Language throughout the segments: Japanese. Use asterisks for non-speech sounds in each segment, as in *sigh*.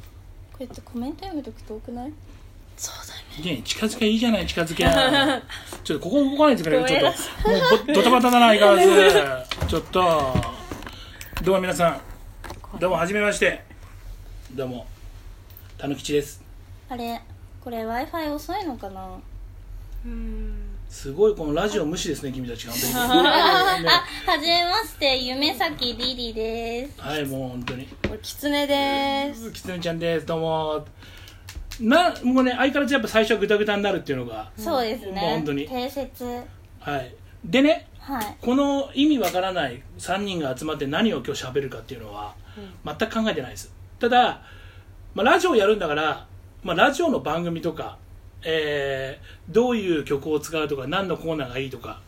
これってコメント読むとく遠くないそうだねいや近づけいいじゃない近づけ *laughs* ちょっとここ動かないでくれるごちめょんなっともうぼドタバタだな相変わらずちょっとどうも皆さんどうもはじめましてどうもたぬきちですあれこれ w i f i 遅いのかなうんすごいこのラジオ無視ですね君たち *laughs* が本当にねはじめまして夢咲リリですはいもう本当にこれキツネですきつねちゃんですどうもなもうね相変わらずやっぱ最初はグダグダになるっていうのがそうですもうね本当に定説はいでねはいこの意味わからない3人が集まって何を今日喋るかっていうのは全く考えてないですただ、まあ、ラジオやるんだから、まあ、ラジオの番組とか、えーどういう曲を使うとか何のコーナーがいいとか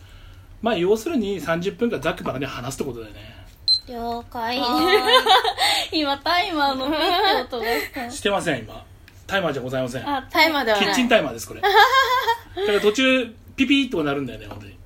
まあ要するに30分間ざっくばらんに話すってことだよね了解 *laughs* 今タイマーのピッて音がしたしてません今タイマーじゃございませんあタイマーではキなッチンいタイマーですこれだから途中ピピーっとなるんだよね本当に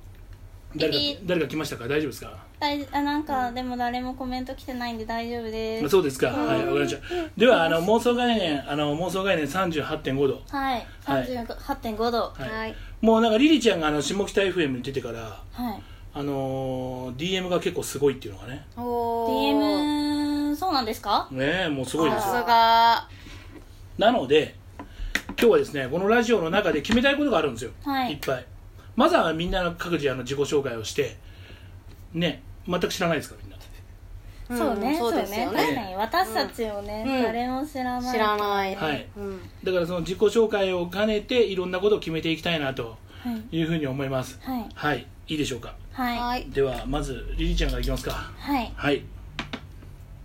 誰かピピ誰か来ましたか大丈夫ですか大あなんかでも誰もコメント来てないんで大丈夫であすそうですか、はい、わかりました。では、あの妄想概念、あの妄想概念三十八点五度。はいはい38.5度はい、はいもうなんかリリちゃんがあの下北 FM に出てから、はい、あのー DM が結構すごいっていうのがね。おー DM そうなんですかねえ、もうすごいでさすすよ。がなので、今日はですね、このラジオの中で決めたいことがあるんですよ。はいっぱい。まずはみんな各自あの自己紹介をして、ね、全く知らないですかみんな。んそうね、そそううですね。よね確かに私たちをね、うん誰も知らない。知らないはいうんだからその自己紹介を兼ねていろんなことを決めていきたいなとはい。いうふうに思います。はい。はい、いいでしょうか。はい。はいではまずリリちゃんからいきますかはい。はい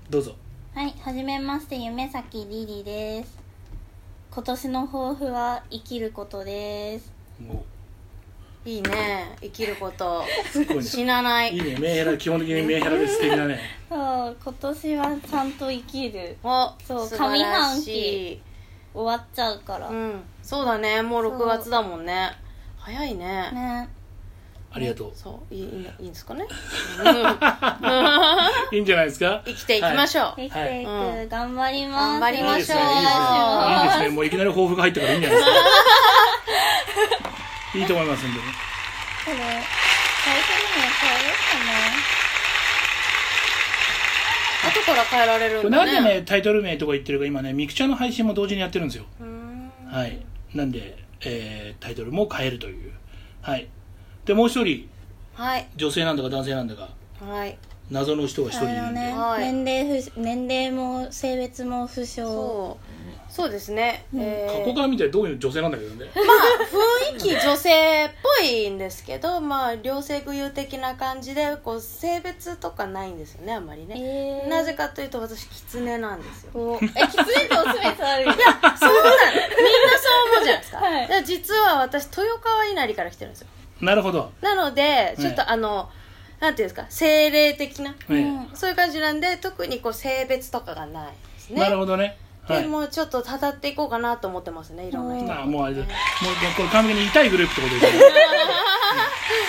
どうぞはい。はじめまして、夢咲りりです。今年の抱負は生きることです。もいいね生きる *laughs* ことうすごいね死なないいいねメンヘラ基本的にメンヘラで素敵だねそう、今年はちゃんと生きる。おそう素晴らしい終わっちゃうから。うんそうだねもうそう6月だもんね早いねね。ありがとそういいいいいいんですか *laughs* ねういいんじゃないですか生きていきましょう生きていく、は頑張ります。頑張りましょういいですねいいですねいいですねもういきなり抱負が入ったからいいんじゃ *laughs* ないですかいいと思いますんでねこれ、最初にも後から変えらこれるれんだなんねでねタイトル名とか言ってるか今ねミクチャの配信も同時にやってるんですようーんはいなんで、えータイトルも変えるというはいでもう一人はい女性なんだか男性なんだかはい謎の人が一買人えいよるうかんで、な。あはいのね、年齢不、年齢も性別も不詳。そうそうですね、え過ー去から見たらどういう女性なんだけどねまあ雰囲気女性っぽいんですけどまあ両性具有的な感じでこう性別とかないんですよねあんまりね、えーなぜかというと私キツネなんですよおえ、きついとおすべてあるよ。そうなのみんなそう思うじゃないですか,、はいだから実は私豊川稲荷から来てるんですよなるほど、なのでいちょっとあの、なんていうんですか精霊的なねうんそういう感じなんで特にこう性別とかがないですねなるほどねはいでもうちょっとたたっていこうかなと思ってますねいろんな人なあもうあれでもうもうこれ完全に痛いグループってこと *laughs* ですよねう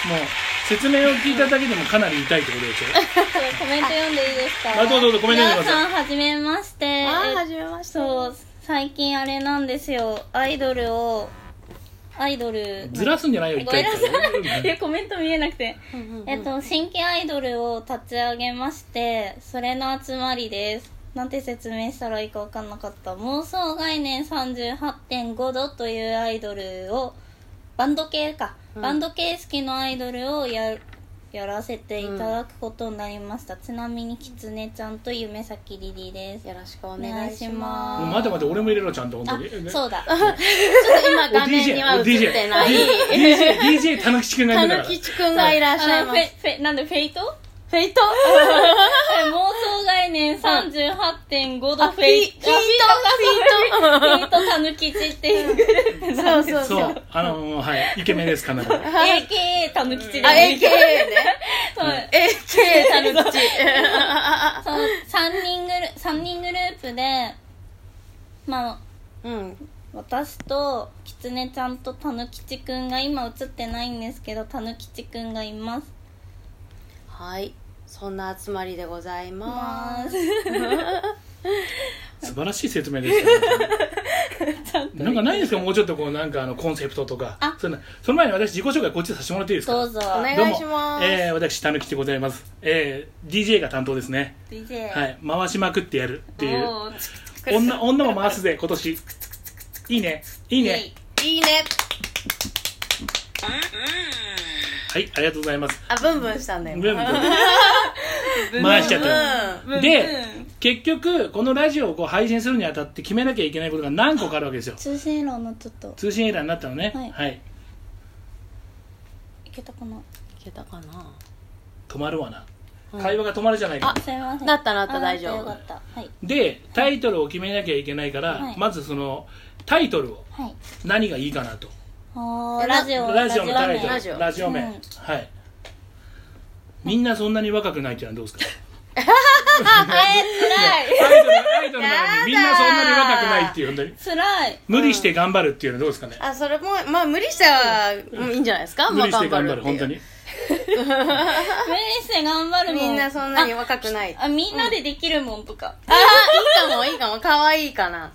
んもう説明を聞いただけでもかなり痛いってこと *laughs* でしょコメント読んでいいですかあどうぞどうぞコメント読んでください皆さんはじめましてえああはじめましてそう最近あれなんですよアイドルをアイドルずらすんじゃないよ痛いっていやコメント見えなくて、うんうんうんえっと新規アイドルを立ち上げましてそれの集まりですなんて説明したらいいか分かんなかった妄想概念38.5度というアイドルをバンド系か、うんバンド形式のアイドルをややらせていただくことになりました、ちなみにきつねちゃんと夢咲りりですよろしくお願いしおま願いすしもう待て待て俺も入れろちゃんと本当あにねそうだちょっと今お画面には映ってない DJ DJ DJ たぬきちくんがたいるんだぬかきちくんがいらっしゃいあのまフェすフェなんでフェイトフェイト *laughs* え妄想概念38.5度あフェイフィートフェイトたぬきちっていうグループフィートなんそうでそうらそうそうあのーはいイケメンですかなり AKA たぬきちであ AKA ねはい AKA たぬきち *laughs* その3人グル3人グループでまあうん私ときつねちゃんとたぬきちくんが今映ってないんですけどたぬきちくんがいますはいそんな集まりでございますす素晴らしい説明でしたねちゃんとなんかないんですかもうちょっとこうなんかあのコンセプトとかあそんなその前に私自己紹介こっちでさせてもらっていいですかどうぞお願いどうもしますえー私たぬきでございます、えー DJ が担当ですね、 DJ はい、回しまくってやるっていうおー女女も回すぜ今年いいねいいねいいねはいありがとうございますあブンブンしたんだよブンブン回しちゃったブンブンでブン結局このラジオをこう配信するにあたって決めなきゃいけないことが何個かあるわけですよ通信エラーになっちゃったい通信エラーになったのねははいい、けたかないけたかな止まるわな、うん会話が止まるじゃないかすいませんなったなったあ大丈夫よかったはいでタイトルを決めなきゃいけないから、はいまずそのタイトルをはい何がいいかなとあーえラジオラジオのタイトルララジジオオ名名、うんはいみんなそんなに若くないってのはどうですかオあえアイドルアイドルなのにみんなそんなに若くないっていう本当につらい無理して頑張るっていうのはどうですかね、あそれもまあ無理したらうんいいんじゃないですか無理して頑張るまあ本って当いうに無理して頑張るもんみんなそんなに若くないああみんなでできるもんとかああいいかもいいかも可愛いかな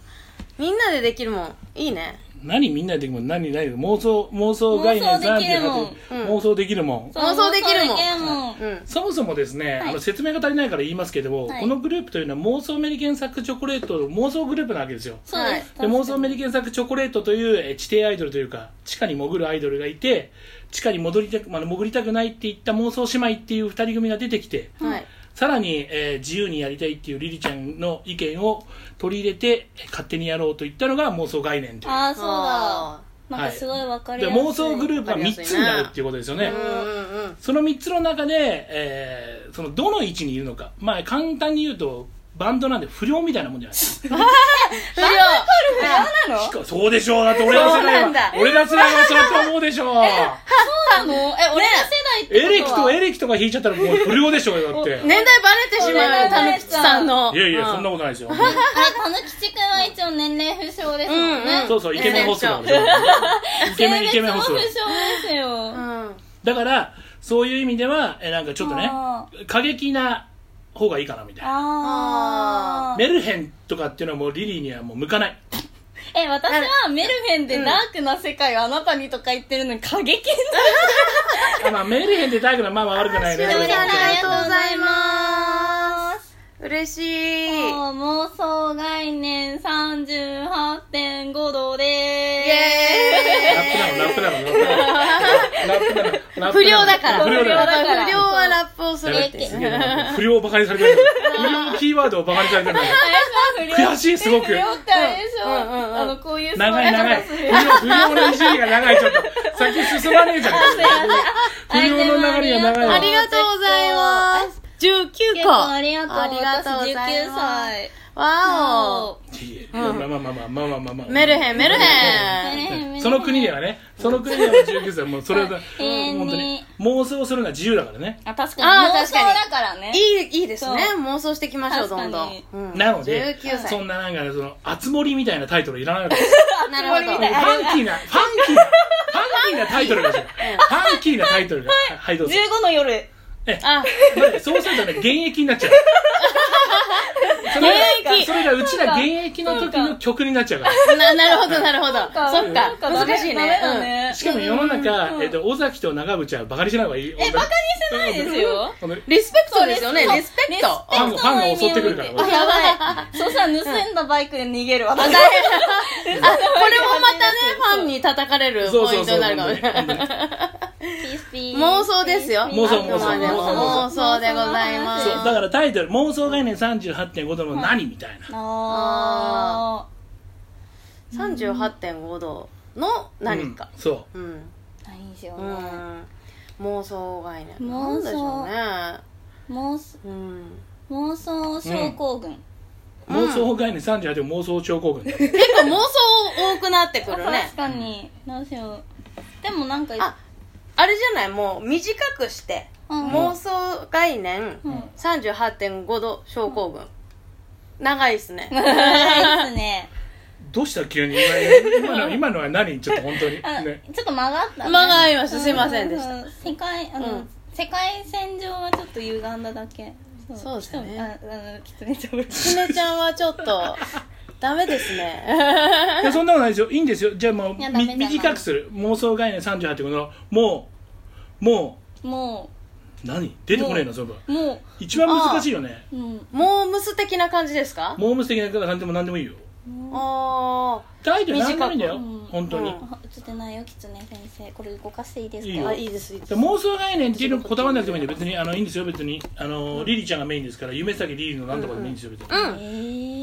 みんなでできるもんいいね何みんなでできるもん何何妄想妄想概念妄想できるもん38妄想できるもんそう妄想できるも妄ん想できるもんうんそもそもですね、はいあの説明が足りないから言いますけども、はいこのグループというのは妄想メリケンサックチョコレートの妄想グループなわけですよそうですで妄想メリケケンサックチョコレートというえー地底アイドルというか地下に潜るアイドルがいて地下に戻りたく、まあ、潜りたくないって言った妄想姉妹っていう2人組が出てきてはいさらに、えー自由にやりたいっていうリリちゃんの意見を取り入れてえー勝手にやろうと言ったのが妄想概念というああそうだなんかはいすごいわかりでやすい妄想グループが3つになるっていうことですよねあーうんうんうんその3つの中で、えーそのどの位置にいるのか、まあ、簡単に言うとバンドなんで不良みたいなもんじゃないですか不良そうなの *laughs* そうでしょうだって俺ら世代そうなんだは俺ら世代はそうと思うでし *laughs* ょうそうなのえ俺ら世代ってエことはレキとエレキとか弾いちゃったらもう不良でしょうよだって年代バレてしまうよ年代バたレぬたきちさんのいやいやうそんなことないです *laughs* よあたぬきちくんは一応年齢不詳ですもんね、うんうんそうそうイケメンホストだも *laughs* んイケメンイケメンホス性別トも不だ詳ですよ、うんだからそういう意味ではえなんかちょっとねあ過激な方がいいかなみたいなああメルヘンとかっていうのはもうリリーにはもう向かないえ私はメルヘンでダークな世界をあなたにとか言ってるのに過激あまあメルヘンで大工なまあまあ悪くないねなあ人りでがすとうございます嬉しいもう妄想概念38.5度イでラエーイップなのラップなのラップなのラップなのラップなの不良だから不良だから不良はラップをするやっべていすうげえな不良をバカにされてる不良のキーワードをバカにされてるす不良悔しいすごく不良ってあれでしょ、うんうんうんあのこういう長い長いす不る良不良のいじりが長いちょっと先進まねえじゃん不良の流れが長いあわりがとうございます19結個構ありがとうありがとうござい私19ます歳わいやまあまあまあまあまあまあまあまあおメルヘンメルメルヘヘンンメルヘンその国ではねその国では19歳もうそれははいもう本当に妄想するのは自由だからねあ確あかーに妄確想かにだからねいいいいですねそ妄想していきましょうどんどん確、うんなので19歳そんななんかねその「あつ森」みたいなタイトルいらないわけですなるほどつもりみフたァいンキーな、ファンキーな、ファンキーなタイトルが欲しいファンキーなタイトルが。はい、どうぞ。 15の夜え、あまあねそうするとね、現役になっちゃう。それ現役それがうちら現役の時の曲になっちゃうから。な *laughs* なるほどなるほどそっなんかかダメ難しいダメねだねしかも世の中、えっと、尾崎と長渕はバカにしない方がいい。え、バカにしてないですよ。フうんリスペクトですよねそうリスペクトァン、ファンが襲ってくるから。あこれやばいそしたら盗んだバイクで逃げるわあ大変あこれもまたねファンに叩かれるそうポイそうントそう。になるかも本当にね本当に妄想ですよ妄想あくまでも妄想妄想でございますそうだからタイトル、妄想概念38.5度の何みたいな。あ38.5度の何かうんそう。うん、ーないですようねん、妄想概念妄な想んでしょうね妄想うん妄想症候群妄想概念38.5妄想症候群だ。結構妄想多くなってくるね確かにどうしようでもなんかああれじゃないもう短くして、うん妄想概念、うん38.5度症候群、長いっすね *laughs* ないですねどうした急に *laughs* 今今の今のは何ちょっと本当に、あね、ちょっと間があったね間がありましたすいませんでしたううう世界あうのん世界線上はちょっと歪んだだけそうですね人ああのキツネちゃんはきつねちゃんはちょっとダメですね *laughs* いやそんなことないですよいいんですよじゃあもういやダメじみゃない短くする妄想概念38ってことのもうももう何出てこねえなその分うも一番難しいよねううんモームス的な感じですかモームス的な感じでも何でもいいよあタイトル何でもいいんだよ短く本当に、うんあ映ってないよキツネ先生これ動かしていいですかいいーよあいいですいいでです妄想概念っていうのにこだわらなくてもいいんで別にあのいいんですよ別にあの、リリちゃんがメインですから夢先リリの何とかでもいいんですよ別に、え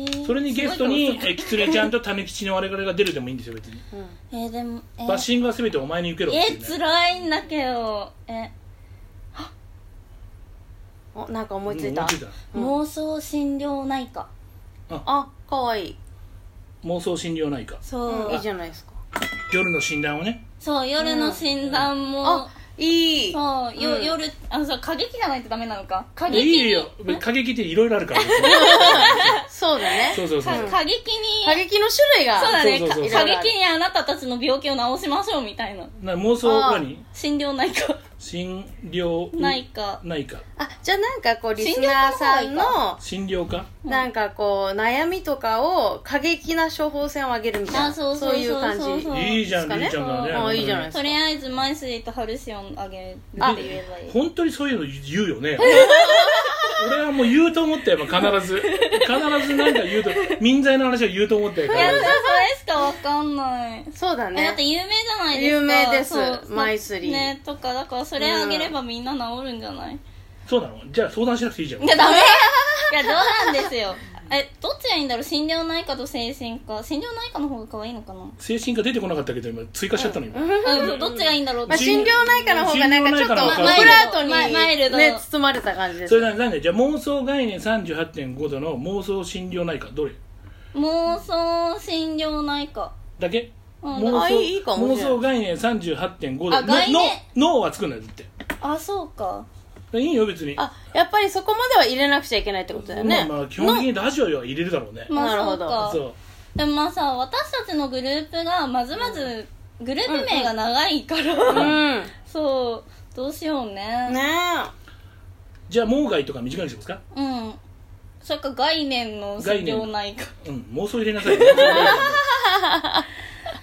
ーそれにゲストにえキツネちゃんとタヌキチの我々が出るでもいいんですよ別にうんえーでもえバッシングは全てお前に受けろっていえうね辛いんだけどえおなんか思いついもたう思いついうん妄想診療内科あかわいい妄想診療内科そう、うんいいじゃないですか夜の診断をねそう夜の診断も、あいいそうよ、うん夜あのそう過激じゃないとダメなのか過い激にいよ過激っていろいろある *laughs* からそうだねそうそうそうか過激に過激の種類がそうだねそうそうそうか過激にあなたたちの病気を治しましょうみたいなな妄想あー何診療内科診療内科内科あじゃあなんかこうリスナーさん診療科のの診療科なんかこう悩みとかを過激な処方箋をあげるみたいなあそうそうそういう感そうじそういいじゃんですかりねりちゃんからねあーいいじゃないですかとりあえずマイスリーとハルシオンあげるって言えばいい本当にそういうの言うよね俺はもう言うと思ったよ必 *laughs* ず必ずなんか言うと民剤の話は言うと思ったよいや必そずれしかわかんないそうだえだってね有名じゃないですか有名ですそうマイスリーねとかだからそれあげればみんな治るんじゃない、そうなのじゃあ相談しなくていいじゃんいやダメいや冗談ですよ *laughs* えどっちがいいんだろう心療内科と精神科心療内科の方が可愛いのかな精神科出てこなかったけど今追加しちゃったの今うんどっちがいいんだろうっまあ、てじ心療内科の方がなんかちょっと心療内科のオ方ブがラートにマイマイルドね包まれた感じでそすれなんなんでじゃあ妄想概念38.5度の妄想診療内科どれ妄想心療内科だけうん妄想あいいいいかもし妄れない想概念38.5度あ概念の脳は作るんだよってあそうかいいよ別にあやっぱりそこまでは入れなくちゃいけないってことだよねまあまあ基本的にラジオよは入れるだろうねまあなるほそうどかそうでもまあさ私たちのグループがまずまずグループ名が長いから、うんそうどうしようねねじゃあ盲外とか短いにしますかうんそれか概念の心療内科うん妄想入れな *laughs* さいえ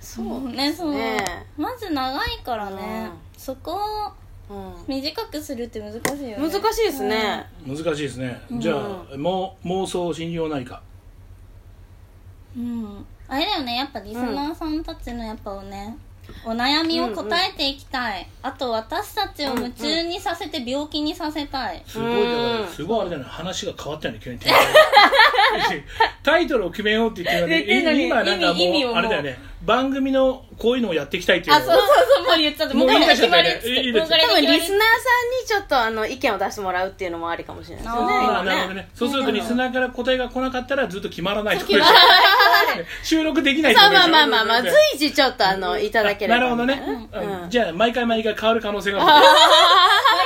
そううんねそうねまず長いからね、うそこをうん短くするって難しいよね難しいですね、難しいですねじゃあ、もう妄想診療内科うん、うんあれだよねやっぱリスナーさんたちのやっぱをね、お悩みを答えていきたい、あと私たちを夢中にさせて病気にさせたい、すごいだかうんらすごいあれだね話が変わったよ *laughs* ね急にタイトルを決めようって言ってるの言ってんのにに今なんか意味意味をももううあれだよね番組のこういうのをやっていきたいっていうあのそうそうそうもう言っちゃったもうこれで決まりっつっいてもいでうすこれ多で決ま分りリっつっスナーさんにちょっとあの意見を出してもらうっていうのもありかもしれないですよねあーああ今なるほどねねそうするとリスナーから答えが来なかったらずっと決まらないとて決まらない *laughs* 収録できないってそこうとでしまょあまあまあまあ随時ちょっとあのいただければなるほどね、うんうんじゃあ毎回毎回変わる可能性がある毎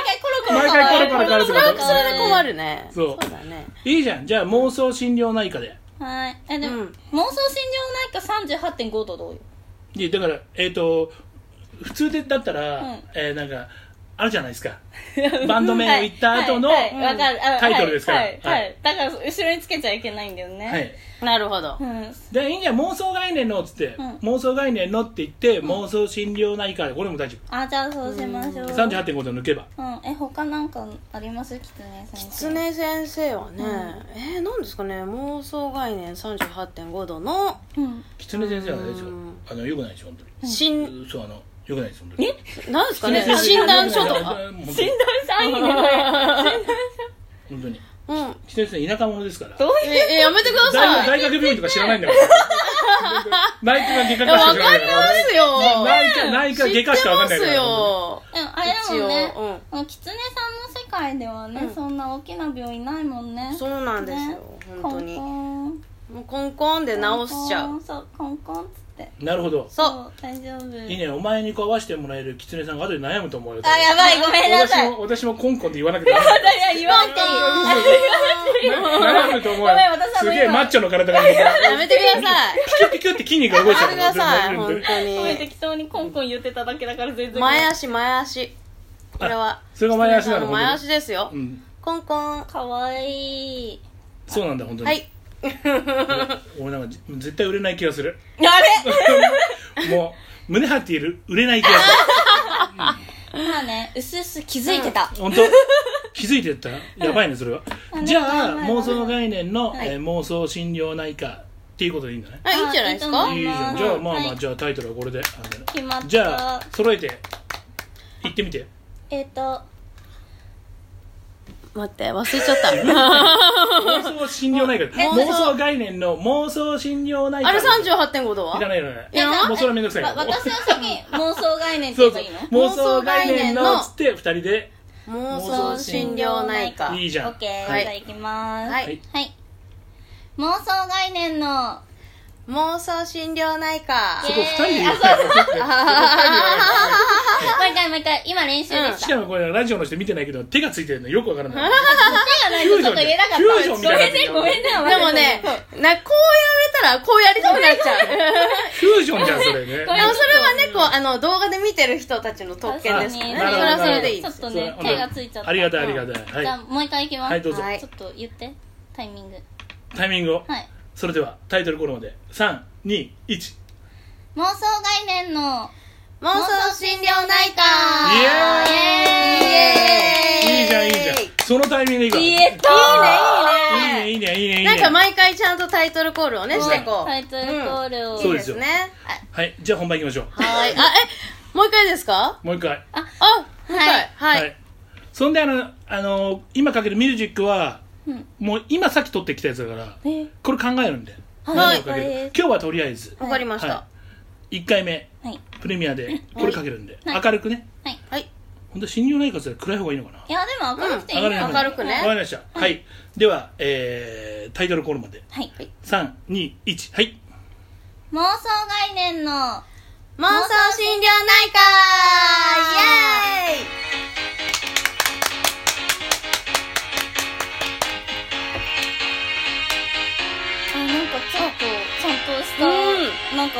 回コロコロ毎回コロコロ変わるってそこれとはそれで困るねそうだねいいじゃんじゃあ妄想診療内科ではいえでも、うん妄想心療内科38.5度どうよでだからえっ、と普通でだったら、うんえーなんかあるじゃないですかバンド名を言った後の、ははいいはいわかるあタイトルですからはいはいはいだから後ろにつけちゃいけないんだよねなるほどうんでいいんじゃん妄想概念のっつって、うん妄想概念のって言って、妄想診療内科でこれも大丈あじゃあそうしましょう夫38.5度抜けばうんえ他なんかありますキツネさん狐先生はね、えー、何ですかね妄想概念38.5度のうん狐先生はあれですようんあのよくないですよ本診、当に、そうあのよくないです本当になんですか *laughs* 狐ね先生診断書とよくかないです本当診に断サインでこれ本当にうん狐先生田舎者ですからどういうええやめてくだ大さい大学病院とか知らないんだから内科が外科いやかわしか知からないりからますよ内科内科外科しかわかんないか知ってますらよでもあれだもんね一応あのキツネさんの世界ではね、うんそんな大きな病院ないもんねそうなんですよ、本当にコもンうコンコンでコン直しちゃコンコうンそうコンコンっつってなるほどそう大丈夫いいねお前にこう合わせてもらえる狐さんが後で悩むと思うよあやばいごめんな私さいも私もコンコンって言わなくてい *laughs* いいや言わなくていい悩むと思うごよめん私はすもう今げえマッチョの体が見えて *laughs* うやめてくださいピクピクって筋肉が動いちやめてくだゃさういの本ごめん当に適当にコンコン言ってただけだから全然前足前足これはそれが前足なの前足ですよ、うんコンコンかわいいそうなんだ本当に、はい *laughs* 俺なんかじ絶対売れない気がするあれもう胸張っている売れない気がすまあねうすうす気づいてた、る本当 *laughs* 気づいてたらやばいねそれはうんじゃあうん妄想概念の、はいえー妄想心療内科っていうことでいいんだねあいいんじゃないですかあいいじゃんうんじゃあまあまはあいじゃあタイトルはこれであの決まったじゃあ揃えて言ってみてえっ、と待って忘れちゃった妄想心療内科え妄想概念の妄想心療内科あれ38.5度はいらないいらないいらないもうそれはめんどくさいわから私は先に妄想概念って *laughs* そ言うえそばういいの妄想概念のつって二人で想妄想診診療内科いいじゃんオッケー、はいじゃあ行きますはいいはい、妄想概念の妄想診療内科そこ二人で言うあそこ *laughs* 二人で言う毎回毎回今練習でし、したかもこれラジオの人見てないけど手がついてるのよくわからない手がないとちょっと言えなかったフュージョンみごためいんなねごめんねでもねなこうやれたらこうやりたくなっち *laughs* ゃうフュージョンじゃんそれねごめでんもそれはねこうあの動画で見てる人たちの特権ですからねそ確れかにはそれでいいちょでっすとねそう手がついちゃったありがたいありがたいじゃあはいもう一回いきますはいどうぞはいちょっと言ってタイミングタイミングをはいそれではタイトルコールまで321妄想概念の妄想診療内科イエーイイエーイいいじゃんいいじゃんそのタイミングでいいからいいえっとねいいねいいねいいねなんか毎回ちゃんとタイトルコールをねしていこうタイトルコールを、んうんそういいでですすよねはいじゃあ本番いきましょうはいあえもう一回ですかもう一回あもう一回ははいいそんであのあの今かけるミュージックはうんもう今さっき撮ってきたやつだからえーこれ考えるんでは何いをかけるはい今日はとりあえずわかりました1回目はいプレミアでこれかけるんではい明るくねはいはい本当心療内科って暗い方がいいのかないやでも明るくていいい方よが明るくねわかりましたはいではえータイトルコールまではい321はい妄想概念の妄想診療内科イエーイあなんかちょっとちゃんとした、うなんか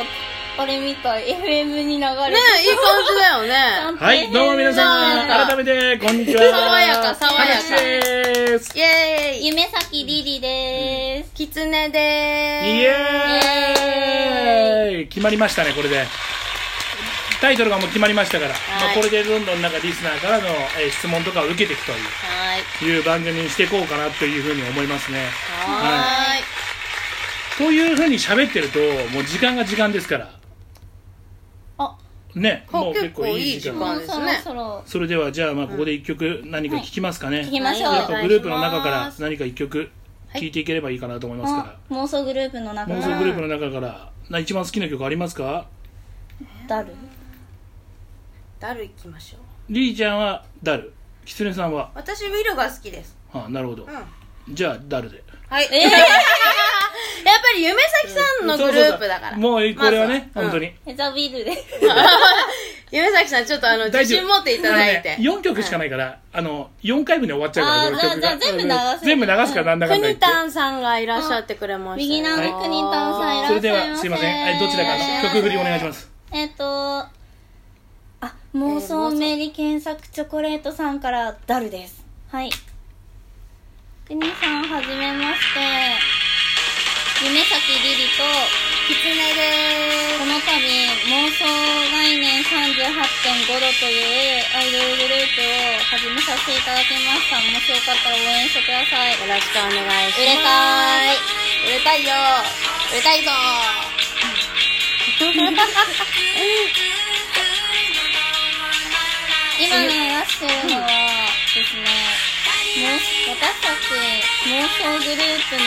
あれみたい FM に流れてねいい感じだよ *laughs* ね。はいどうも皆さんなんか改めてこんにちは爽やか爽やか高橋ですイエーイ夢咲りりです、キツネイでエーイ決まりましたねこれでタイトルがもう決まりましたから、いまあ、これでどんどんなんかリスナーからの、えー質問とかを受けていくというすはいいう番組にしていこうかなというふうに思いますねはーいというふうに喋ってるともう時間が時間ですからあねこもう結構いい時結構いも間い時間うそろそろそれではじゃあまあここで一曲何か聞きますかね、聞きましょう、はいやっぱグループの中から何か一曲聞いていければいいかなと思いますあか妄想グループの中ら、妄か想らグループの中からな一番好きな曲ありますかだる誰行きましょうリーちゃんはダルキツネさんは私ウィルが好きですあなるほどうん、じゃあダルではいやっぱり夢咲さんのグループだかそうそうらそう *laughs* もうこれはね、まず本当にえザビールで夢咲さんちょっとあの自大丈夫信持っていただいて4曲しかないから、あの4回分で終わっちゃうからあーこの曲じゃあじゃあ全部流せる全部流すからなんだかんだく言っにてたんさんがいらっしゃってくれました右よなはのいくにたんさんいらっしゃいませそれではすいません、はい、どちらかの曲振りお願いしますえっ、とあ妄想メリ検索チョコレートさんからダルですはいくにさんはじめまして夢咲りりときつこねでの度妄想概念38.5度というアイドルグループを始めさせていただきましたもしよかったら応援してくださいすよろしくお願い売れしたますーい売れたいよ売れたいぞ今流してるのはですね、もう私たち妄想グループの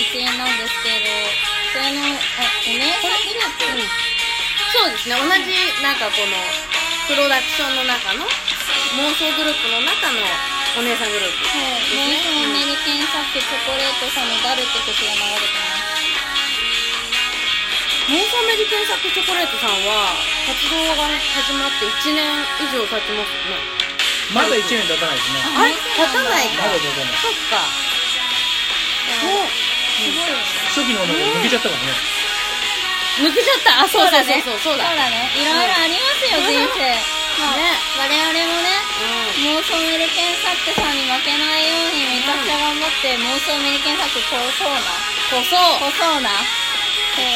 一員なんですけれどそれのあお姉さんグループそうですね同じなんかこのプロダクションの中の妄想グループの中のお姉さんグルはーい、妄想メリケンサックチョコレートさんのダルって曲が流れてますプ妄想メリケンサックチョコレートさんは活動が始まって1年以上経ちまますよねだ1年経たないですねあれ経たないまかだ経たないそっかもすごいよね初期の音が抜けちゃったからねう抜けちゃったあそうだねそうそそううだねいろいろありますよ人生まあ、我々もね、妄想メルケンサックさんに負けないようにめちゃくちゃ頑張って、妄想メルケンサックこうそうな、こそここうそうな、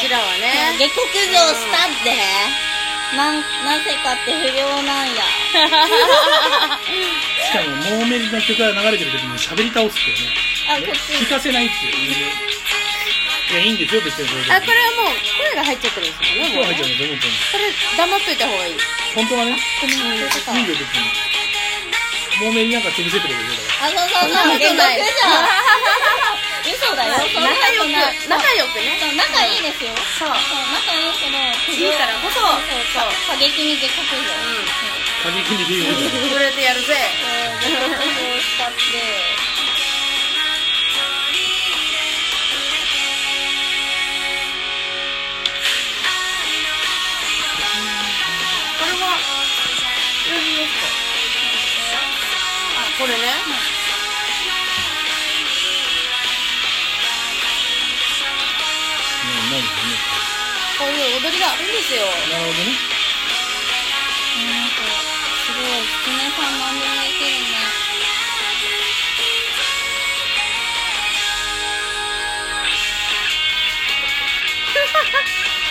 ちらはね下ね克上したって、なん、なぜかって不良 *laughs* なんや。しかもモーメルの曲が流れてる時に喋り倒すってあ、いうねこっ聞ち。かせないっていうねいやいいんですよ別にそれであこれはもう声が入っちゃってるんですよねも今う日入ねっちゃうんですよもう全これ黙っといた方がいい部本当はねごめん忘れてたいいよ別にモーメルなんか潰せってことでしょあ、そうそうそんそなう、下克ことない上。嘘だよ、そんな仲こと良くない。仲良くそねう仲いいですよ。そそうう仲いいけど、いいからこそそうそうそう過激に下克上。 *laughs* んうん過激に理由震えてやるぜえー、をしたって。これはあこれねこういう踊りがあるんですよなるほどねなんか、すごい、きねさん何でもできるね。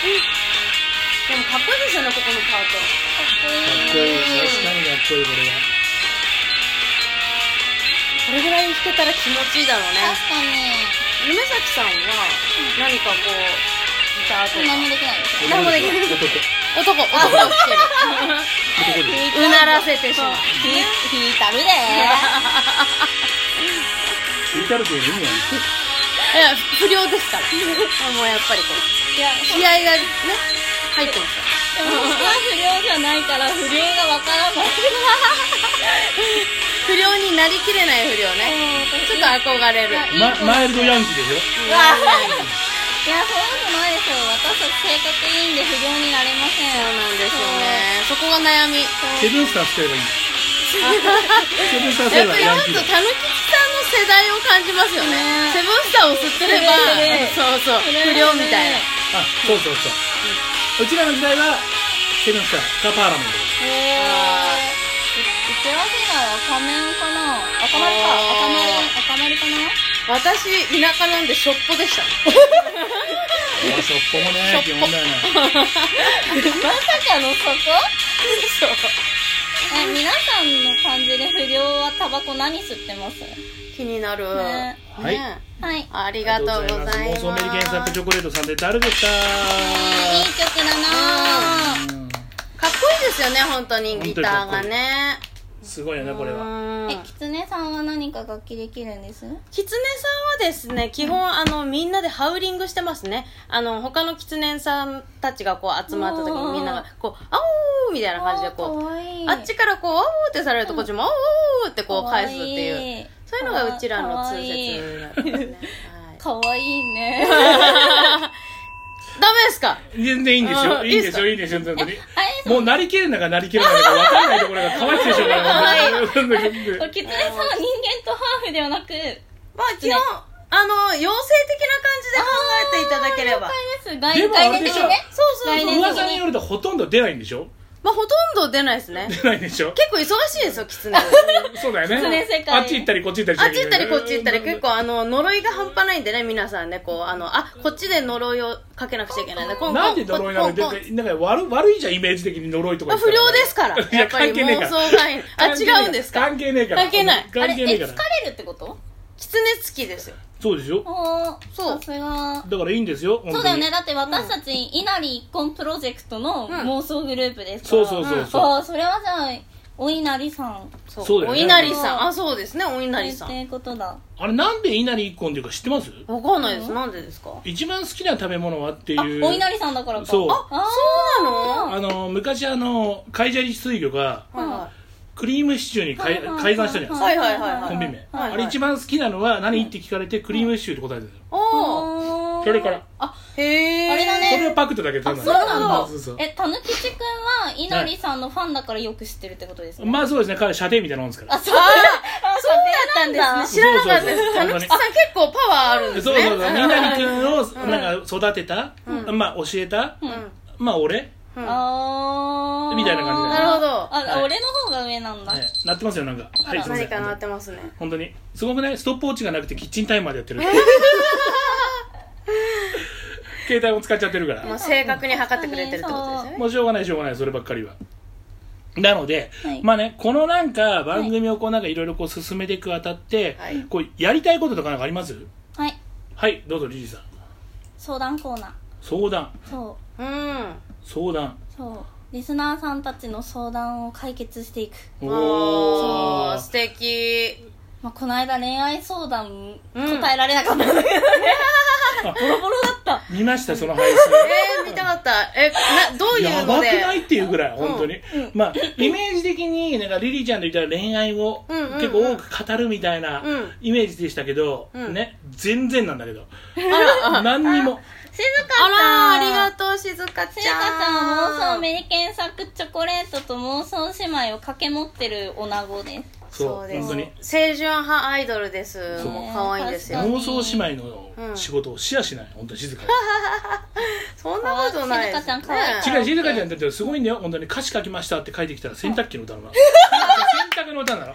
でもかっこいいですよねここのパートかっこかっいこいい。い確かにかっこいいこれはこれぐらい弾けたら気持ちいいだろうね確かに。梅崎さんは何かこうギターとか何もできないですよ。なんもできない男男男男が男で来てするうならせてしまうひ、ひいたるでー。聞いたるという意味はねいや不良ですからもうやっぱりこういや、気合がね入ってますでからも、僕は不良じゃないから、不良がわからない。不良になりきれない不良ねちょっと憧れるはいまマイルドヤンキーでしょわいや、そういうのないですよ。私たち性格いいんで不良になれません。そうなんですよねそこが悩みセブンスターすればいいセブンスターすやれっぱばりヤ本ンキー当だたぬきちさんの世代を感じますよねねセブンスターを吸ってればねそうそうそ不れはね良みたいなあそうそうそううちらの時代はセブンスターかパーラメントへえうちら世代は赤面かな赤丸か赤丸赤丸かな私田舎なんでしょっぽでしたいやしょっぽもねし基ょっぽ本だよねまさかのそこそうえ皆さんの感じで不良はタバコ何吸ってます気になるねはいねはいあありがとうございます妄想メリケンサックチョコレートさんで誰でしたいい曲だなぁうんかっこいいですよね本当にギターがねすごいよねこれはうんえ、きつねさんは何か楽器できるんですキツネさんはですね基本あのみんなでハウリングしてますねあの他のキツネさんたちがこう集まった時おーにみんながこう「あおー」みたいな感じでこかわいういあっちからこう「あおー」ってされるとこっちも「あおー」ってこう返すってかわいういそういうのがうちらの通説になってますねはいかわいい *laughs* ねダメですか全然いいんですあよーいいんですよいいんですよ本当にもうなりきれんのかなりきれんのか分かんないところが可愛くてしょうがない本当にあれきつねさんは人間とハーフではなくまあ基本あの妖精的な感じで考えていただければです外でもあれ外で的しょにねそうそう来そう年的噂によるとほとんど出ないんでしょまあほとんど出ないですね出ないでしょ結構忙しいですよキツネ *laughs* そうだよ狐ね世界あっち行ったりこっち行ったりしあなきっゃちいけ行ったないりこっち行ったり結構あの呪いが半端ないんでね皆さんねこうあのあこっちで呪いをかけなくちゃいけないんでコンコンなんで呪いなコのンコンコンでなんか悪悪いじゃんイメージ的に呪いとかあ言った不ら良ですからいややっぱり関係ねえ妄から想がいいあ違うんですか関係ねえから関係ないあ関れ係えねえ疲かられるってことキツネ付きですよそうでしょおーそうさすがだからいいんですよ本そうだ当よにねだって私たち稲荷一婚プロジェクトのうん妄想グループですから、そうそうそうそうあーそれはじゃあお稲荷さんそそうだよおね稲荷さんあそうですねお稲荷さっんてことだあれなんで稲荷一個っていうか知ってますわかんないですなんでですか一番好きな食べ物はってあいうお稲荷さんだからかそうああそうなのあの昔あの海砂利水魚がうんはクリームシチューに改はい改ざんしたじゃないですかはいはいはいはいコンビ名はいあれ一番好きなのは何って聞かれてクリームシチューって答えてるよいおおあーそれからあへえあれだねそれはパクっただけであそうなんだそうそうえたぬきちくんは稲荷さんのファンだからよく知ってるってことですね、まあそうですね彼は射程みたいなもんですからあそうだそうだったんなんだですね知らなかったそでうそすうそたうぬきさん結構パワーあるんそでうすそうねそうみなりくんをなんか育てたうまあ教えたうんまあ俺うんああみたいな感じだなるほどあ、はい俺の方が上なんだ、ね、なってますよなんかはいすいませ何んかなってますね本当にすごくねストップウォッチがなくてキッチンタイマーでやってる携帯も使っちゃってるからもう正確に測ってくれてるってことですよねもうしょうがないしょうがないそればっかりはなので、はいまあねこのなんか番組をこうなんかいろいろこう進めていくあたって、はいこうやりたいこととかなんかありますはいはいどうぞリリーさん相談コーナー相談そううん相談そうリスナーさんたちの相談を解決していく、おあーー素敵まあ、この間恋愛相談うん答えられなかったんだけどね、あボロボロだ *laughs* った見ましたその配えー、見たかったえなどう信いやうのばくでないっていうぐらい本当に、まあイメージ的になんかリリーちゃんといったら恋愛をうんうんうん結構多く語るみたいなうんイメージでしたけど、うんね全然なんだけどあら何にも静香ちゃんあらありがとうしずかちゃん静香ちゃんは妄想メリケン作チョコレートと妄想姉妹を掛け持ってる女子ですそうです本当に清純派アイドルですそうもう可愛いんですよね妄想姉妹の仕事をシェアしない、本当に静香にそんなことないです静香ちゃん可愛い違う静香ちゃんだってすごいんだよ本当に歌詞書きましたって書いてきた *laughs* ら洗濯機の歌なの洗濯の歌なの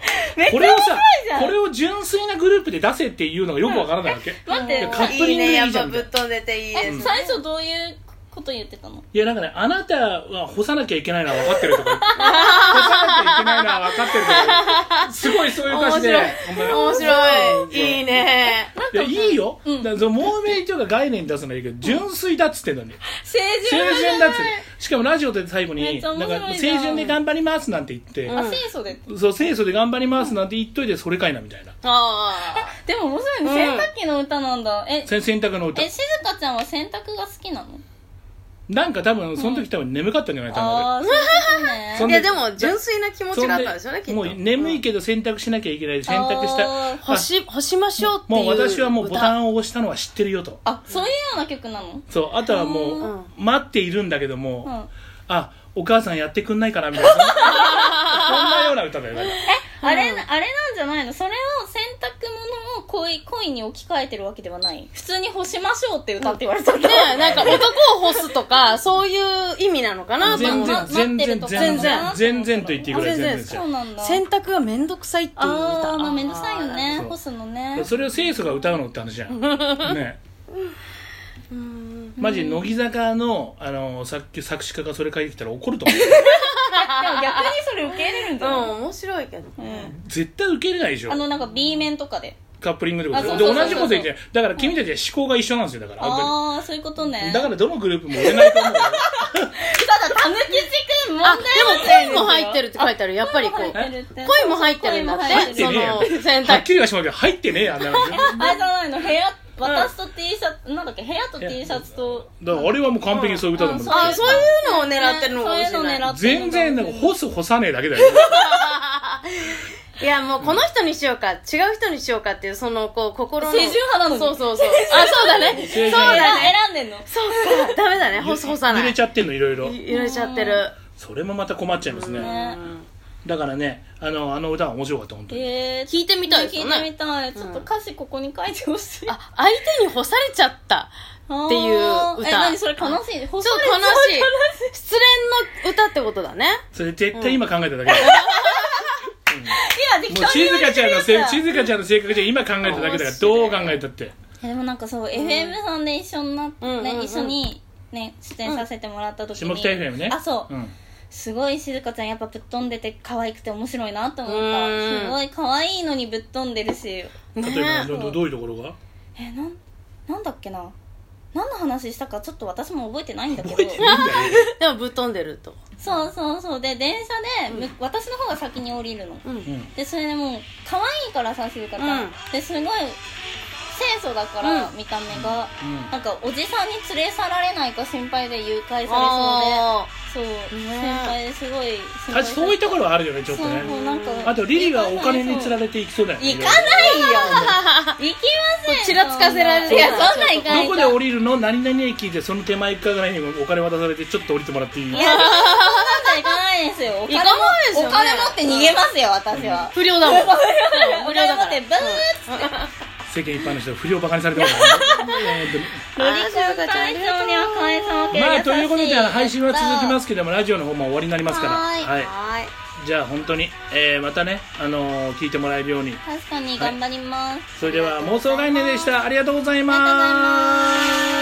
これをさこれを純粋なグループで出せっていうのがよくわからないわけ、待ってカップリいいングねでいやいっじゃぱんぶっ飛んでていいですえね最初どういうこと言ってたのいやなんかねあなたは干さなきゃいけないのは分かってるとか言って干さなきゃいけないのは分かってるとか言ってすごいそういう歌詞で本当に面白いいいねいやいいよ、だからその盲名というか概念出すのはいいけど、純粋だっつってんのに成清純純だっつってしかもラジオで最後めに「っちゃ面な白いんじゃんか清純で頑張ります」なんて言って、あ清楚でそう清楚で頑張りますなんて言っといてそれかいなみたいなあでも面白いねう洗ん濯機の歌なんだえせ洗濯の歌え静香ちゃんは洗濯が好きなのなんか多分その時多分眠かったんじゃないかなああーそういうことそねんあいでやでも純粋な気持そちんがあったんですよねきっともう眠いけど洗濯しなきゃいけないで洗濯したあーあ干し干しましょうっていうもう私はもうボタンンを押したのは知ってるよとあそういうような曲なのそうあとはもううん待っているんだけども、うんあお母さんやってくんないかなみたい *laughs* なそんなような歌だよねあれ、あれなんじゃないのそれを洗濯物を恋恋に置き換えてるわけではない普通に干しましょうって歌って言われちゃった、ねなんか男を干すとかそういう意味なのかなと全思う然ま全待ってる然とこ全だ然な全然と言っていいぐらいあ全然で全然ですすよそうなんだ洗濯がめんどくさいっていう歌ああまあめんどくさいよねそう干すのねそれを清楚が歌うのって話 *laughs* じゃんねうんマジ乃木坂のあの作曲作詞家がそれ書いてきたら怒ると *laughs* 思うでも逆にそれ受け入れるんじうゃんない、面白いけどね絶対受け入れないでしょあのなんか B 面とかでカップリングでことであそでうそうそう同じこと言ってだから君たちは思考が一緒なんですよだから本ああそういうこと当ねにだからどのグループも売れないと思うよただたぬきちくん問題あでも恋も入ってるって書いてあるやっぱりこう恋恋も入ってるんだ恋っも入てってるその洗はっ濯きりはしますけど入ってねえやんなだかあれじゃないの部屋私と T シャツなんだっけ部屋と T シャツとら俺はもう完璧にそういう歌だもん、うんそうあそういうのを狙ってるのかもしそうれいうないの狙ってる全の然なんか干す干さねえだけだよいやもうこの人にしようか違う人にしようかっていうそのこう心の清純派なのにそうそ *laughs* うそうあそうだねそ純う派だね選んでんのそうかダメだね干す干さ入なれいちゃってんのいろいろ入れちゃってるそれもまた困っちゃいますねねだからねあのあの歌は面白かった本当にえー聞いてみたいですよね聞いてみたいちょっと歌詞ここに書いてほしい *laughs* あ相手に干されちゃったっていうあー歌え何それ悲しいちょちょっと悲しい *laughs* 失恋の歌ってことだねそれ絶対今考えただけだよ、今適もう当に言われ静香てちゃんるのやせいつだ静香ちゃんの性格じゃ今考えただけだからどう考えたってえでもなんかそう、FM さんで一緒になって、うんうんうん一緒にね出演させてもらった時に、下北 FM ねあそう、ん、すごい静香ちゃんやっぱぶっ飛んでて可愛くて面白いなと思っうんたすごい可愛いのにぶっ飛んでるし例えば、ねどどういうところがえなんなんだっけな何の話したかちょっと私も覚えてないんだけど覚えてないんだよ、でもぶっ飛んでるとそうそうそうで電車で、む私の方が先に降りるの、うんうんでそれでもう可愛いからさ静香ちゃん、うんですごい清楚だから、う見た目が、うんなんかおじさんに連れ去られないか心配で誘拐されあそうでそう、ね先輩ですごい心確か配にそういったところはあるよねちょそうっとねもうなんかあとリリがお金に釣られていきそうだよね行かないよ行きませんちらつかせられるいやそんなん行かないどこで降りるの何々駅でその手前1回ぐらいにお金渡されてちょっと降りてもらっていいいやそんなんじゃ行かないですよお金行かないですよねお金持って逃げますよ私は *laughs* 不良だ *laughs* もんお金持ってブー世間一般の人は不良をバカにされてますからね本当にロリコン大賞には返さ *laughs* けまあということであの優し配信は続きますすけどもラジオの方も終わりになりますからはーいはいはいじゃあ本当に、えーまたね、あのー聞いてもらえるように確かに頑張ります、それでは妄想概念でしたありがとうございありがとうございまます